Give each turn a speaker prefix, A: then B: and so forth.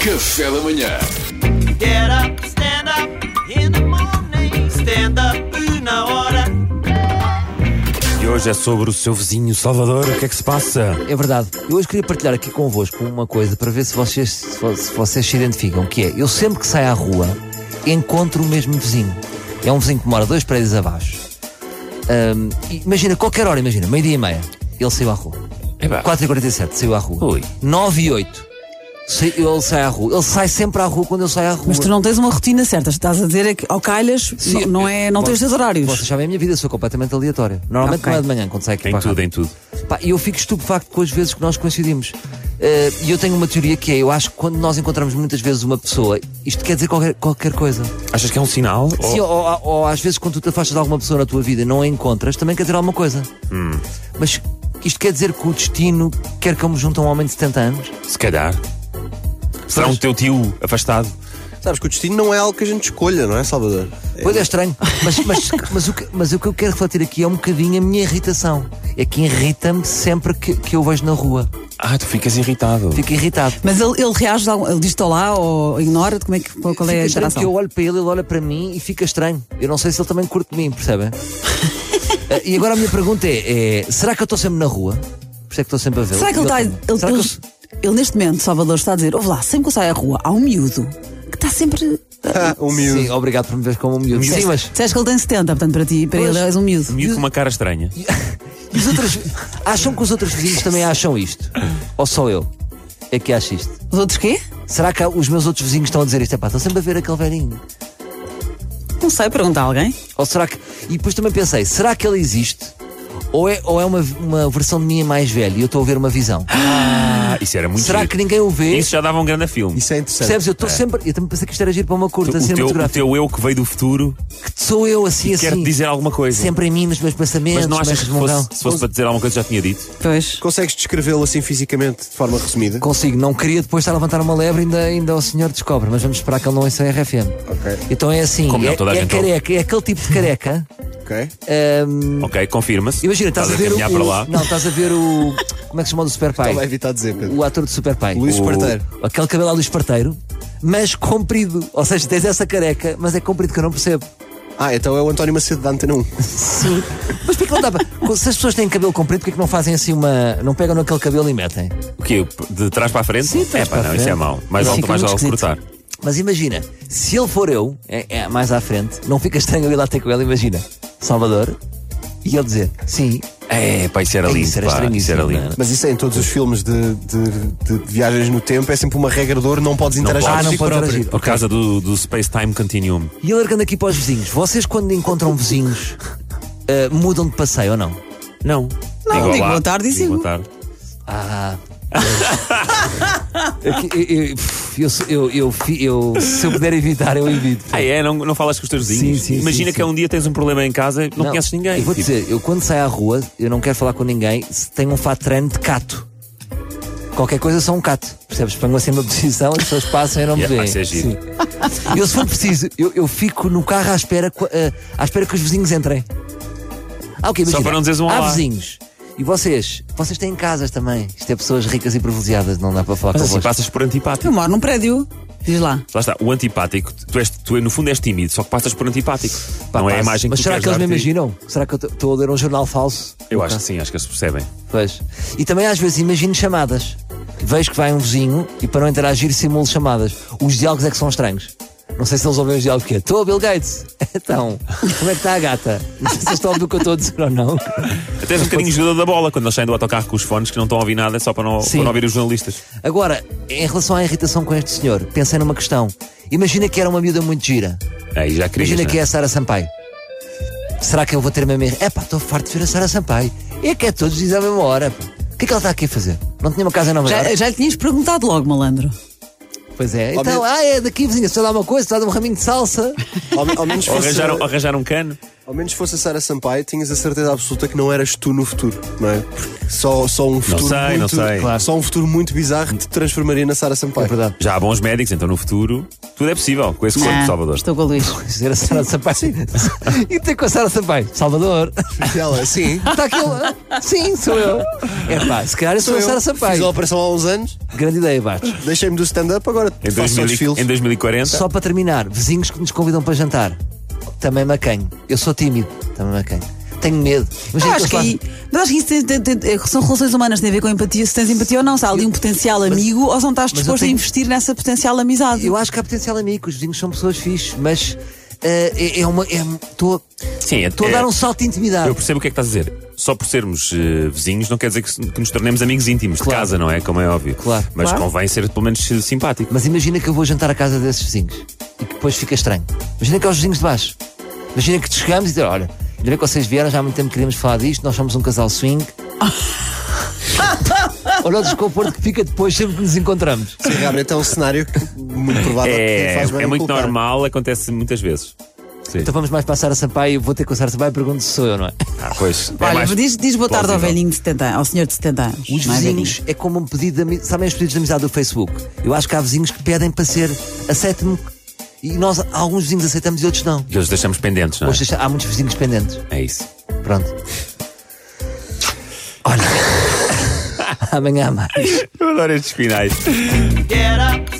A: Café da manhã.
B: Get up, stand up in the morning. Stand up na hora.
C: E hoje é sobre o seu vizinho Salvador. O que é que se passa?
D: É verdade. Eu hoje queria partilhar aqui convosco uma coisa para ver se vocês se, vo- se vocês se identificam, que é, eu sempre que saio à rua encontro o mesmo vizinho. É um vizinho que mora dois prédios abaixo. Ahm, e imagina, qualquer hora, imagina, meio-dia e meia, ele saiu à rua.
C: Epá.
D: 4h47, saiu à rua.
C: Ah. Ui.
D: 9 e 8 sai- ele sai à rua. Ele sai sempre à rua quando eu saio à rua.
E: Mas tu não tens uma rotina certa, estás a dizer é que ao calhas
D: Sim,
E: não, não é, não tens
D: vocês-
E: teus horários.
D: Vocês sabem a minha vida, eu sou completamente aleatório. Normalmente
E: Ok.
D: não é de manhã quando saio aqui
C: Em
D: para a
C: tudo,
D: rádio.
C: em tudo.
D: Pá, eu fico estupefacto com as vezes que nós coincidimos. Eh, E eu tenho uma teoria que é: eu acho que quando nós encontramos muitas vezes uma pessoa, isto quer dizer qualquer, qualquer coisa.
C: Achas que é um sinal? Ou-
D: Sim, ou, ou- ou às vezes quando tu te afastas de alguma pessoa na tua vida e não a encontras, também quer dizer alguma coisa. Mas isto quer dizer que o destino quer que eu me junte a um homem de 70 anos?
C: Se calhar. Será um teu tio afastado?
F: Sabes que o destino não é algo que a gente escolha, não é, Salvador?
D: Pois é estranho. Mas, mas, mas, o que, mas o que eu quero refletir aqui é um bocadinho a minha irritação. É que irrita-me sempre que, que eu vejo na rua.
C: Ah, tu ficas irritado.
D: Fico irritado.
E: Mas ele, ele reage, de algum- ele diz-te olá ou ignora-te, como é que, qual, qual é
D: fica
E: a
D: estranho
E: interação?
D: que eu olho para ele, ele olha para mim e fica estranho. Eu não sei se ele também curte de mim, percebem? Ah, e agora a minha pergunta é, é, será que eu estou sempre na rua? Por isso é que estou sempre a vê-lo.
E: Será que ele está.
D: E
E: Ele,
D: também. Será que
E: ele-
D: eu-
E: ele neste momento, Salvador, está a dizer: ouve lá, sempre que eu saio à rua, há um miúdo que está sempre.
C: Um
F: Humilde.
D: Sim, obrigado por me ver como um miúdo. Sim, mas
E: Disseste que ele tem 70, portanto, para ti, para
D: Pois.
E: ele és um miúdo.
C: Miúdo com uma cara estranha.
D: e os outros, acham que os outros vizinhos também acham isto? Ou só eu é que acho isto?
E: Os outros quê?
D: Será que os meus outros vizinhos estão a dizer isto? Epá, estou sempre a ver aquele velhinho.
E: Não sei, pergunta a alguém.
D: Ou será que. E depois também pensei, será que ele existe? Ou é, ou é uma, uma versão de mim mais velha e eu estou a ver uma visão?
C: Ah, isso era muito
D: será
C: giro.
D: que ninguém o vê?
C: Isso já dava um grande filme.
F: Isso é interessante.
D: Percebes? Eu estou sempre. Eu também pensei que isto era giro para uma
C: Tu-
D: curta assim,
C: o, teu, o
D: cinematográfica.
C: teu eu que veio do futuro
D: Que sou eu assim,
C: quer
D: assim.
C: te dizer alguma coisa.
D: Sempre em mim, nos meus pensamentos,
C: Mas não achas
D: mas
C: que
D: resmungão.
C: fosse, se fosse para dizer alguma coisa já tinha dito?
E: Pois.
F: Consegues descrevê-lo assim fisicamente, de forma resumida?
D: Consigo, não queria depois estar a levantar uma lebre, ainda, ainda o senhor descobre, mas vamos esperar que ele não ouça a RFM.
F: Ok.
D: Então é assim,
C: Como
D: é,
C: não, toda a
D: é
C: gente ouve.
D: careca, é aquele tipo de careca.
F: Ok.
D: hum,
C: Ok, confirma-se.
D: imagina, estás, a ver
C: caminhar
D: o.
C: para lá.
D: Não, estás a ver o. Como é que se chama o do Super Pai?
F: Estava a evitar dizer, Pedro.
D: O ator do Super Pai.
F: Tá Luís
D: O-
F: Esparteiro.
D: Aquele cabelo a Luís Esparteiro, mas comprido. Ou seja, tens essa careca, mas é comprido que eu não percebo.
F: Ah, então é o António Macedo da Antena 1.
D: Sim. Mas porquê que não dá para. Se as pessoas têm cabelo comprido, porquê que não fazem assim uma. Não pegam naquele cabelo e metem?
C: O quê? De trás para a frente?
D: Sim, de trás
C: é,
D: para a
C: não, isso
D: frente.
C: é mau. Mais alto,
E: Fica
C: mais
E: muito
C: logo
E: esquisito.
C: cortar.
D: Mas imagina, se ele for eu, é, é mais à frente, não fica estranho eu ir lá ter com ele, imagina. Salvador. E ele dizer, sim.
C: É, pá, isso era
D: Ei,
C: lindo.
D: isso era
C: pá, isso
D: estranhíssimo,
C: era lindo.
D: não era?
F: Mas isso é em todos os filmes de, de- de viagens no tempo, é sempre uma regra de ouro, não podes interagir
C: podes.
D: Ah, não
F: contigo
D: pode
F: próprio.
D: interagir.
C: Por causa do, do Space Time Continuum.
D: E eu largando aqui para os vizinhos, vocês quando encontram vizinhos, eh, mudam de passeio ou não?
C: Não.
E: Não, digo
C: olá,
E: boa tarde e
C: digo
E: sigo.
C: boa tarde.
D: Ah. Eu, eu, eu, eu, eu, eu- eu- se eu puder evitar, eu evito.
C: Ah, é? Não, não falas com os teus vizinhos?
D: Sim, sim,
C: Imagina
D: sim,
C: que é um dia tens um problema em casa e não, conheces ninguém.
D: Eu vou
C: Tipo,
D: dizer, eu quando saio à rua, eu não quero falar com ninguém se tenho um fato de treino de cato. Qualquer coisa, sou um cato. Percebes? Ponho assim numa posição, as pessoas passam e não me
C: Yeah, vai
D: veem.
C: ser é giro.
D: Sim. Eu, se for preciso, eu, eu fico no carro à espera, co- eh, à espera que os vizinhos entrem. Ah, ok, imagina.
C: para não dizeres um
D: Há
C: olá.
D: vizinhos. E vocês? Vocês têm casas também. Isto é pessoas ricas e privilegiadas, não dá para falar
C: Mas
D: com
C: assim
D: vocês.
C: passas por antipático.
E: Eu moro num prédio. Diz lá.
C: Lá está, o antipático, tu, és, tu é, no fundo és tímido, só que passas por antipático.
D: Pá,
C: não é a
D: passa.
C: imagem que
D: Mas
C: tu
D: será que
C: queres
D: eles me
C: dar-te.
D: imaginam? Será que eu t- estou a ler um jornal falso?
C: Eu
D: No
C: acho que
D: caso.
C: sim, acho que eles percebem.
D: Pois. E também às vezes imagino chamadas. Vejo que vai um vizinho e para não interagir simulo chamadas. Os diálogos é que são estranhos. Não sei se eles ouvem os diálogos que é. Estou, Bill Gates. Então, como é que está a gata? Não sei se eles estão a ouvir o que eu estou a dizer ou não.
C: Até és um bocadinho jogador da bola quando eles saem do autocarro com os fones que não estão a ouvir nada, é só para não,
D: Sim.
C: para não ouvir os jornalistas.
D: Agora, em relação à irritação com este senhor, pensei numa questão. Imagina que era uma miúda muito gira.
C: Aí já querias.
D: Imagina
C: né?
D: que é a Sara Sampaio. Será que eu vou ter mesmo erro? É pá, estou farto de ver a Sara Sampaio. É que é todos dizem à mesma hora. pá. O que é que ela está aqui a fazer? Não tinha uma casa em Nova Iorque?
E: Já, já lhe tinhas perguntado logo, malandro.
D: Pois é.
F: Ao
D: Então,
F: menos-
D: ah, é daqui, vizinha, se eu dar uma coisa, se eu dar um raminho de salsa.
F: Ao, ao menos
C: Ou
F: fosse,
C: arranjar, ou arranjar um cano.
F: Ao menos se fosse a Sara Sampaio, tinhas a certeza absoluta que não eras tu no futuro, não é? Porque só, só um futuro
C: sei, não
F: muito,
C: sei.
F: Claro, só um futuro muito bizarro te transformaria na Sara Sampaio.
D: É verdade.
C: Já há bons médicos, então no futuro tudo é possível com esse corpo de
E: Ah,
C: Salvador.
E: Estou com o Luís.
D: Dizer a Sara Sampaio. E ter com a Sara Sampaio. Salvador.
F: E Ela, sim.
D: Está aqui ele. Sim, sou eu. É pá, se calhar eu sou a
F: eu.
D: Sara
F: Fiz a
D: Sampaio.
F: operação há uns anos,
D: Grande ideia, Bastos.
F: deixei-me do stand-up, agora
C: Em,
F: faço
C: 2000
F: os
C: e-
F: desfiles.
C: em 2040,
D: Só para terminar, vizinhos que nos convidam para jantar. Também macanho. Eu sou tímido. Também macanho. Tenho medo.
E: Eu
D: Imagina é
E: acho
D: eu
E: que
D: faço-
E: aí. Mas acho que isso tem- tem- tem- eh, são relações humanas, tem a ver com empatia, se tens empatia ou não, se há ali um potencial amigo ou se não estás
D: mas eu
E: disposto
D: tenho-
E: a investir nessa potencial amizade.
D: Eu é acho que há potencial amigo. Os vizinhos são pessoas fixes, mas eh, é, é uma. Estou
C: sim, é,
D: a
C: é-
D: dar um salto de intimidade.
C: Eu percebo o que é que estás a dizer. Só por sermos eh, vizinhos não quer dizer que, se- que nos tornemos amigos íntimos
D: Claro.
C: de casa, não é? Como é óbvio.
D: Claro.
C: Mas
E: Claro.
C: convém ser pelo menos eh, simpático.
D: Mas imagina que eu vou jantar à casa desses vizinhos e que depois fica estranho. Imagina que é os vizinhos de baixo. Imagina que chegamos e dizer: olha, ainda bem que vocês vieram, já há muito tempo queríamos falar disto, nós somos um casal swing. Olha o desconforto que fica depois sempre que nos encontramos.
F: Sim, realmente é um cenário que muito provável que
C: É,
F: faz bem
C: é
F: em
C: muito
F: colocar.
C: normal, acontece muitas vezes. Sim.
D: Então vamos mais passar a Sampaio, vou ter que passar a Sampaio e pergunto se sou eu, não é?
C: Ah, pois. é
E: Olha,
C: mais
E: diz, diz boa tarde ao
C: plausível.
E: velhinho de 70 anos, ao senhor de 70 anos.
D: Os
E: mais
D: vizinhos é como um pedido de amizade. Sabem os pedidos de amizade do Facebook? Eu acho que há vizinhos que pedem para ser aceite-me. E nós, alguns vizinhos aceitamos e outros não.
C: Que eles deixamos pendentes, não é?
D: Hoje deixa- há muitos vizinhos pendentes.
C: É isso.
D: Pronto. Olha. Amanhã há mais.
C: Eu adoro estes finais.
B: Get up,